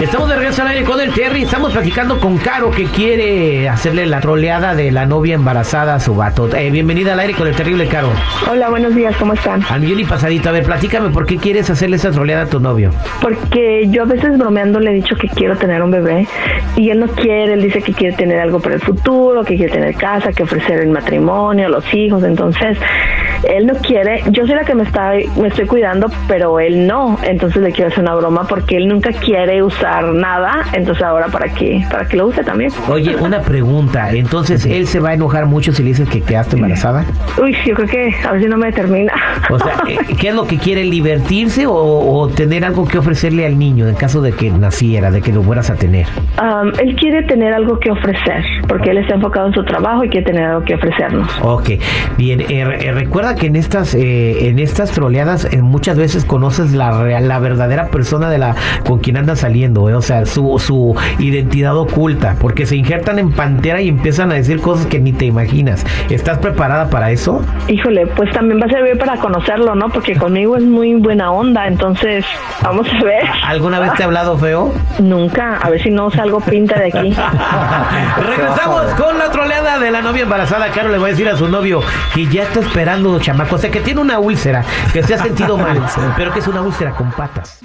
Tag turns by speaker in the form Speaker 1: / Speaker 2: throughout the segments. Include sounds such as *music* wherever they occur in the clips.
Speaker 1: Estamos de regreso al aire con el Terry. Estamos platicando con Caro que quiere hacerle la troleada de la novia embarazada a su vato. Eh, bienvenida al aire con el terrible Caro.
Speaker 2: Hola, buenos días, ¿cómo están?
Speaker 1: Al millón y pasadito. A ver, platícame por qué quieres hacerle esa troleada a tu novio.
Speaker 2: Porque yo a veces bromeando le he dicho que quiero tener un bebé y él no quiere, él dice que quiere tener algo para el futuro, que quiere tener casa, que ofrecer el matrimonio, los hijos, entonces él no quiere, yo soy la que me está me estoy cuidando, pero él no, entonces le quiero hacer una broma porque él nunca quiere usar nada, entonces ahora para que para que lo use también.
Speaker 1: Oye, una pregunta. Entonces, ¿él se va a enojar mucho si le dices que quedaste embarazada?
Speaker 2: Uy, yo creo que a ver si no me determina.
Speaker 1: O sea,
Speaker 2: *laughs*
Speaker 1: eh, ¿qué es lo que quiere? ¿Divertirse o, o tener algo que ofrecerle al niño en caso de que naciera, de que lo fueras a tener?
Speaker 2: Am, Um, él quiere tener algo que ofrecer, porque él está enfocado en su trabajo y quiere tener algo que ofrecernos.
Speaker 1: Ok, bien, eh, re- eh, recuerda que en estas eh, en estas troleadas eh, muchas veces conoces la real, la verdadera persona de la con quien anda saliendo, eh, o sea, su, su identidad oculta, porque se injertan en pantera y empiezan a decir cosas que ni te imaginas. ¿Estás preparada para eso?
Speaker 2: Híjole, pues también va a servir para conocerlo, ¿no? Porque conmigo es muy buena onda, entonces vamos a ver.
Speaker 1: ¿Alguna vez te ha hablado feo?
Speaker 2: Nunca, a ver si no salgo pinta de aquí.
Speaker 1: *laughs* Regresamos con la troleada de la novia embarazada. Caro le va a decir a su novio que ya está esperando, chamaco. O sea, que tiene una úlcera, que se ha sentido mal, pero que es una úlcera con patas.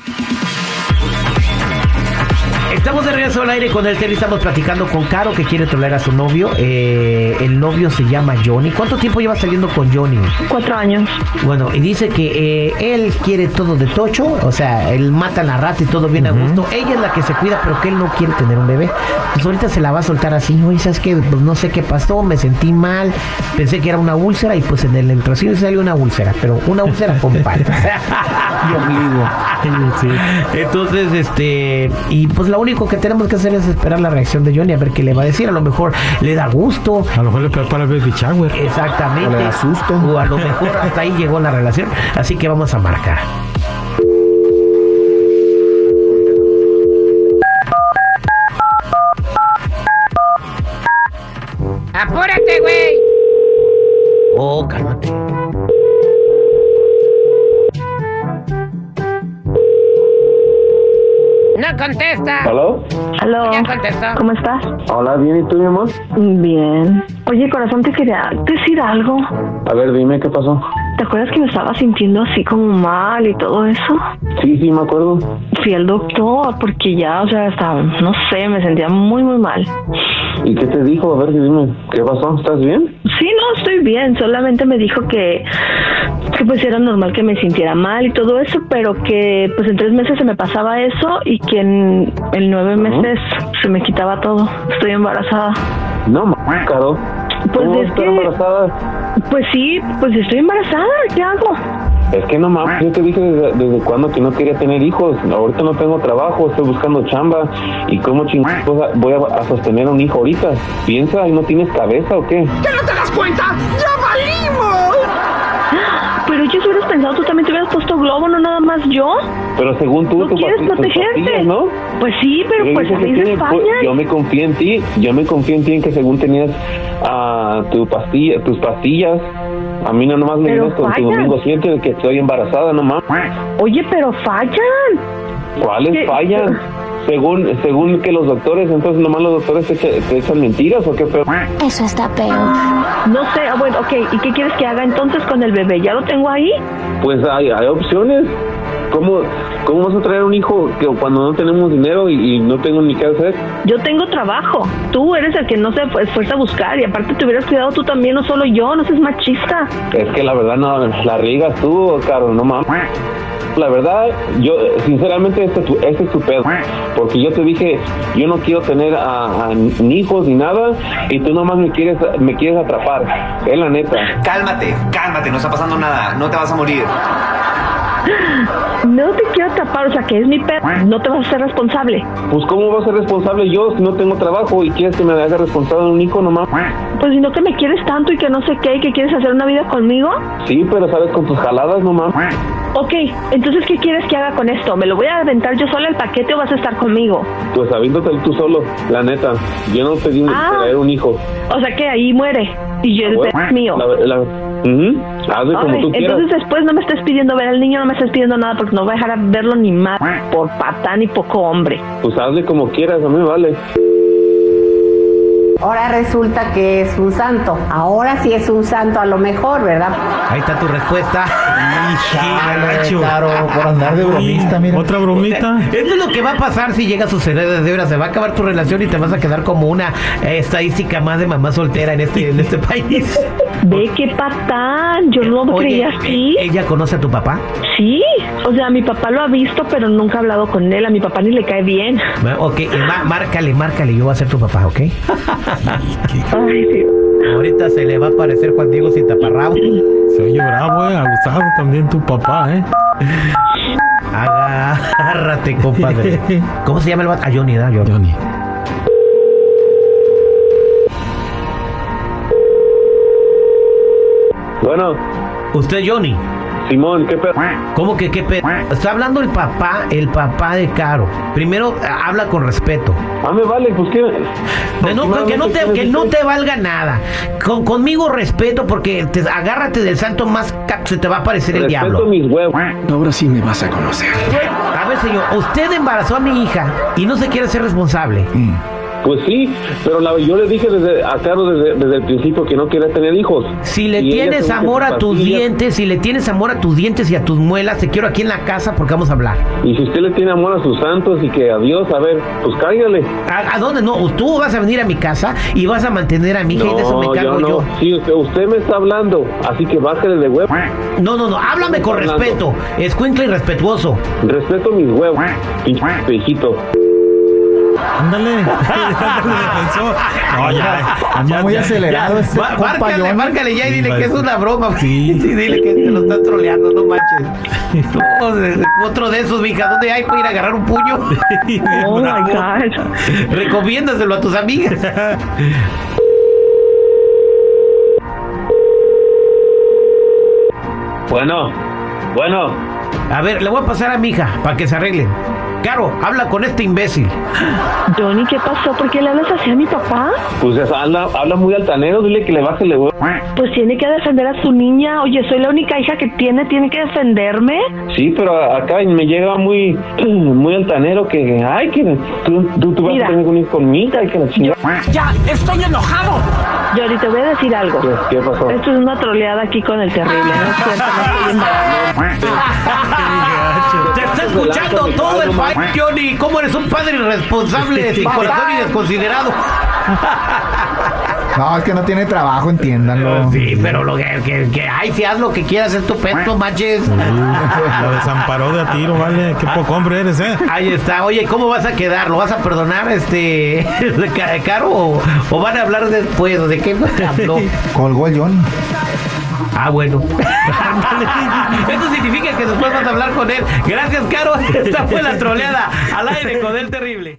Speaker 1: Estamos de regreso al aire con el Terry. Estamos platicando con Caro que quiere trolear a su novio. Eh, el novio se llama Johnny. ¿Cuánto tiempo lleva saliendo con Johnny?
Speaker 2: Cuatro años.
Speaker 1: Bueno, y dice que eh, él quiere todo de tocho, o sea, él mata a la rata y todo bien a gusto. Ella es la que se cuida, pero que él no quiere tener un bebé. Pues ahorita se la va a soltar así, oye, ¿sabes qué? Pues no sé qué pasó, me sentí mal, pensé que era una úlcera y pues en el ultrasonido salió una úlcera, pero una úlcera con patas. Entonces, este, y pues lo único que tenemos que hacer es esperar la reacción de Johnny a ver qué le va a decir. A lo mejor le da gusto,
Speaker 3: A lo mejor le prepara el baby shower.
Speaker 1: Exactamente.
Speaker 4: O le da susto.
Speaker 1: O a lo mejor hasta ahí llegó la relación. Así que vamos a marcar.
Speaker 5: ¡Apúrate, güey!
Speaker 1: Oh, cálmate.
Speaker 5: No contesta.
Speaker 6: ¿Aló?
Speaker 2: Aló,
Speaker 5: Ya contestó.
Speaker 2: ¿cómo estás?
Speaker 6: Hola, bien, ¿y tú, mi amor?
Speaker 2: Bien. Oye, corazón, te quería decir algo.
Speaker 6: A ver, dime qué pasó.
Speaker 2: ¿Te acuerdas que me estaba sintiendo así como mal y todo eso?
Speaker 6: Sí, sí, me acuerdo.
Speaker 2: Fui al doctor porque ya, o sea, estaba, no sé, me sentía muy, muy mal.
Speaker 6: ¿Y qué te dijo? A ver, dime, ¿qué pasó? ¿Estás bien?
Speaker 2: Sí, no, estoy bien. Solamente me dijo que, que pues era normal que me sintiera mal y todo eso, pero que pues en tres meses se me pasaba eso y que en, en nueve meses se me quitaba todo. Estoy embarazada.
Speaker 6: No, m***, Caro.
Speaker 2: Pues
Speaker 6: ¿Cómo
Speaker 2: es
Speaker 6: estás
Speaker 2: que-
Speaker 6: embarazada?
Speaker 2: Pues sí, pues estoy embarazada. ¿Qué hago?
Speaker 6: Es que no mames, yo te dije desde, desde cuándo que no quería tener hijos. Ahorita no tengo trabajo, estoy buscando chamba. ¿Y cómo chingados voy a, a sostener a un hijo ahorita? Piensa, ¿y no tienes cabeza o qué?
Speaker 2: Pero yo si hubieras pensado, tú también te hubieras puesto globo, no nada más yo.
Speaker 6: Pero según tú,
Speaker 2: ¿No
Speaker 6: tu
Speaker 2: quieres
Speaker 6: papi- tus
Speaker 2: protegerte?
Speaker 6: papillas, ¿no?
Speaker 2: Pues sí, pero
Speaker 6: Yo
Speaker 2: pues
Speaker 6: dije
Speaker 2: a
Speaker 6: que
Speaker 2: veces
Speaker 6: tiene- pues, yo
Speaker 2: fallan.
Speaker 6: me confío en ti, yo me confío en ti en que según tenías ah, tu pastilla, tus pastillas, a mí no nomás me
Speaker 2: Pero
Speaker 6: vienes con tu
Speaker 2: fallan.
Speaker 6: domingo siente de que estoy embarazada nomás.
Speaker 2: Oye, pero fallan.
Speaker 6: ¿Cuáles
Speaker 2: ¿Qué?
Speaker 6: fallan? Según según que los doctores, entonces nomás los doctores te, echa- te echan mentiras o qué feo.
Speaker 7: Eso está peor.
Speaker 2: No sé, ah, bueno, ok, ¿y qué quieres que haga entonces con el bebé? ¿Ya lo tengo ahí?
Speaker 6: Pues hay, hay opciones. ¿Cómo, ¿Cómo vas a traer un hijo que cuando no tenemos dinero y, y no tengo ni qué hacer?
Speaker 2: Yo tengo trabajo. Tú eres el que no se esfuerza a buscar y aparte te hubieras cuidado tú también, no solo yo, no seas machista.
Speaker 6: Es que la verdad no, la riegas tú, Caro, no mames. La verdad, yo sinceramente este, es tu- este es tu pedo, porque yo te dije, yo no quiero tener a, a ni hijos ni nada, y tú nomás me quieres me quieres atrapar, es la neta.
Speaker 8: Cálmate, cálmate, no está pasando nada, no te vas a morir.
Speaker 2: No te quiero tapar, o sea, que es mi perro, no te vas a ser responsable.
Speaker 6: Pues cómo voy a ser responsable yo si no tengo trabajo y quieres que me haga responsable de un hijo nomás.
Speaker 2: Pues si no que me quieres tanto y que no sé qué y que quieres hacer una vida conmigo.
Speaker 6: Sí, pero sabes con tus jaladas nomás.
Speaker 2: Ok, entonces, ¿qué quieres que haga con esto? ¿Me lo voy a aventar yo sola el paquete o vas a estar conmigo?
Speaker 6: Pues aviéntate tú solo, la neta. Yo no pedí
Speaker 2: Ah.
Speaker 6: traer un hijo.
Speaker 2: O sea, que ahí muere y yo el bebé es mío.
Speaker 6: La, la- Ujú, Hazle como
Speaker 2: Órale,
Speaker 6: tú quieras.
Speaker 2: entonces después no me estés pidiendo ver al niño, no me estés pidiendo nada porque no voy a dejar a verlo ni más por patán ni poco hombre.
Speaker 6: Pues hazle como quieras, a mí me vale.
Speaker 4: Ahora resulta que es un santo. Ahora sí es un santo a lo mejor, ¿verdad?
Speaker 1: Ahí está tu respuesta. Chale,
Speaker 3: gacho.
Speaker 1: Caro, por andar de bromista, mira.
Speaker 3: ¿Otra bromita?
Speaker 1: Eso es lo que va a pasar si llega a suceder desde ahora. Se va a acabar tu relación y te vas a quedar como una eh, estadística más de mamá soltera en este, en este país.
Speaker 2: Ve qué patán, yo no lo
Speaker 1: Oye,
Speaker 2: creía así.
Speaker 1: ¿e- ¿ella conoce a tu papá?
Speaker 2: Sí, o sea, mi papá lo ha visto, pero nunca ha hablado con él. A mi papá ni le cae bien.
Speaker 1: Ma- Ok, eh, ma- márcale, márcale, yo voy a ser tu papá, ¿ok?
Speaker 2: Ay, sí.
Speaker 1: Ahorita se le va a aparecer Juan Diego sin taparrabo.
Speaker 3: Se oye bravo, eh. Abusado también tu papá, eh.
Speaker 1: Agárrate, compadre. ¿Cómo se llama el vato? Ah, Johnny, ¿verdad? Johnny.
Speaker 3: Johnny.
Speaker 6: Bueno,
Speaker 1: Usted, Johnny.
Speaker 6: Simón, ¿qué pedo?
Speaker 1: ¿Cómo que qué pedo? Está hablando el papá, el papá de Caro. Primero, ah, habla con respeto.
Speaker 6: A mí me vale, pues qué.
Speaker 1: Que no, que no te, que no te valga nada. Con, conmigo respeto porque te, agárrate del santo más ca- se te va a aparecer el
Speaker 6: Respeto
Speaker 1: diablo.
Speaker 6: mis huevos.
Speaker 7: Ahora sí me vas a conocer.
Speaker 1: A ver, señor, usted embarazó a mi hija y no se quiere ser responsable.
Speaker 6: Pues sí, pero la- yo le dije desde, a Carlos desde, desde el principio que no quería tener hijos.
Speaker 1: Si le
Speaker 6: Y ella
Speaker 1: tienes
Speaker 6: tuvo que
Speaker 1: amor a
Speaker 6: sus
Speaker 1: tus
Speaker 6: pastillas.
Speaker 1: dientes, si le tienes amor a tus dientes y a tus muelas, te quiero aquí en la casa porque vamos a hablar.
Speaker 6: Y si usted le tiene amor a sus santos y que a Dios, a ver, pues cáigale.
Speaker 1: ¿A, a dónde no? Tú vas a venir a mi casa y vas a mantener a mi hija y de eso me encargo
Speaker 6: yo
Speaker 1: yo.
Speaker 6: no. Sí, usted, usted me está hablando, así que bájale de huevo.
Speaker 1: No, no, no, háblame con
Speaker 6: Hablando.
Speaker 1: respeto. Escuincle y respetuoso.
Speaker 6: Respeto mis huevos, pinche hijito.
Speaker 3: Ándale. *laughs* Pensó. No, ya. ya, ya.
Speaker 1: Ma- márcale, márcale ya y dile que es una broma. *laughs* Sí.
Speaker 3: Sí.
Speaker 1: dile que te lo están troleando, no manches. No, de- de- otro de esos, mija, ¿dónde hay para ir a agarrar un puño? *laughs*
Speaker 2: Oh my God.
Speaker 1: Recomiéndaselo a tus amigas.
Speaker 6: Bueno, bueno,
Speaker 1: A ver, le voy a pasar a mi hija para que se arreglen. Caro, habla con este imbécil.
Speaker 2: Johnny, ¿qué pasó? ¿Por qué le hablas así a mi papá?
Speaker 6: pues es- habla, habla muy altanero, dile que le baje de huevo.
Speaker 2: Pues tiene que defender a su niña. Oye, soy la única hija que tiene, tiene que defenderme.
Speaker 6: Sí, pero a- acá me llega muy, muy altanero que, ay, que tú, tú, tú vas
Speaker 2: Mira.
Speaker 6: a tener un hijo conmigo, ay, que la chingada.
Speaker 2: Yo ahorita voy a decir algo.
Speaker 6: ¿Qué, qué pasó?
Speaker 2: Esto es una troleada aquí con el terrible. No es cierto, no estoy embarazada.
Speaker 1: Te está escuchando todo el país, Johnny. ¿Cómo eres un padre irresponsable, sin corazón y desconsiderado?
Speaker 9: No, es que no tiene trabajo, entiéndanlo.
Speaker 1: Sí, pero lo que, que, que- ay, si haz lo que quieras, es tu peto, manches.
Speaker 3: Lo desamparó de a tiro, vale. Qué poco hombre eres, eh.
Speaker 1: Ahí está. Oye, ¿cómo vas a quedar? ¿Lo vas a perdonar, este, *laughs* Ca- Caro? O, o van a hablar después? ¿De qué habló?
Speaker 9: Colgó el Johnny.
Speaker 1: Ah, bueno. *laughs* Eso significa que después vas a hablar con él. Gracias, Caro. Esta fue la troleada al aire con el terrible.